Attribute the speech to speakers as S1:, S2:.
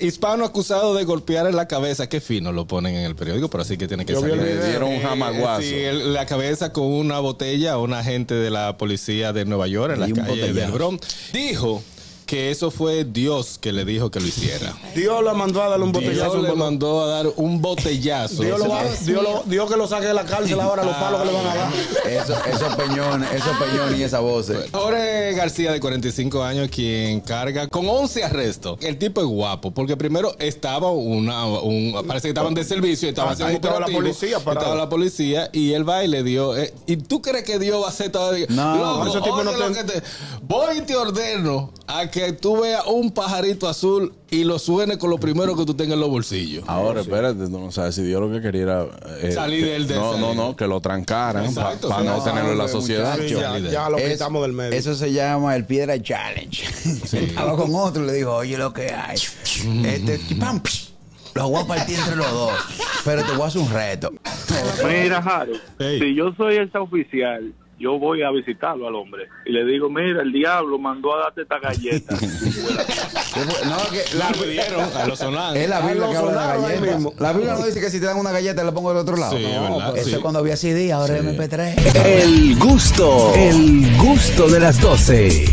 S1: Hispano acusado de golpear en la cabeza. Qué fino lo ponen en el periódico, pero así que tiene que
S2: Yo vi
S1: salir.
S2: el
S1: de-
S2: video.
S3: Le dieron un
S1: Eh,
S3: jamaguazo.
S1: sí, el- la cabeza con una botella a un agente de la policía de Nueva York en
S3: Y
S1: las
S3: un
S1: calles del
S3: botellazo.
S1: Bronx. Dijo que eso fue Dios que le dijo que lo hiciera.
S2: Dios la mandó a darle un botellazo. a
S1: Dios
S2: un
S1: le
S2: botón.
S1: mandó a dar un botellazo.
S2: Dios, lo va-
S1: Dios
S2: Dios lo- Dios que lo saque de la cárcel ahora, los palos que le van a dar.
S3: Eso- esos peñones, esos peñones y eh. esas voces.
S1: Jorge García, de 45 años, quien carga con 11 arrestos. El tipo es guapo, porque primero estaba una, un, parece que estaban de servicio, estaba
S2: Ah,
S1: haciendo
S2: ahí
S1: un
S2: estaba la
S1: operativo,
S2: policía parada.
S1: Estaba la policía y él va y le dio. eh, ¿Y tú crees que Dios va a hacer todo?
S3: No,
S2: ese tipo no
S1: oye lo
S2: te-
S1: que te- Voy y te ordeno a que tú veas un pajarito azul y lo suene con lo primero que tú tengas en los bolsillos.
S4: Ahora, espérate, tú no sabes si Dios lo que quería era... eh,
S1: Salir
S4: que-
S1: del- del-
S4: No, no, no, que lo trancaran para
S1: Exacto, sí.
S4: no tenerlo en la
S3: Hombre,
S4: sociedad.
S2: Sí,
S1: Yo,
S2: ya,
S1: líder.
S2: ya lo
S3: Es-
S2: quitamos del medio.
S3: Eso se llama el piedra challenge. Estaba con otro y le dijo, oye lo que hay. Este, y pam, psh, lo voy a partir entre los dos. Pero te voy a hacer un reto.
S5: Mira, Harold,
S1: Ey.
S5: si yo soy esa oficial, yo voy a visitarlo al hombre y le digo, mira, el diablo mandó a darte esta galleta.
S3: No, que
S1: La
S3: la,
S1: pidieron a los sonados.
S3: es la
S2: Carlos
S3: Biblia que habla de
S2: Solano ahí
S3: galletas.
S2: mismo.
S3: La Biblia no dice que si te dan una galleta la pongo del otro lado.
S1: Sí,
S3: No,
S1: verdad,
S3: Eso
S1: sí.
S3: es cuando había CD, ahora es MP3.
S6: El gusto, el gusto de las 12.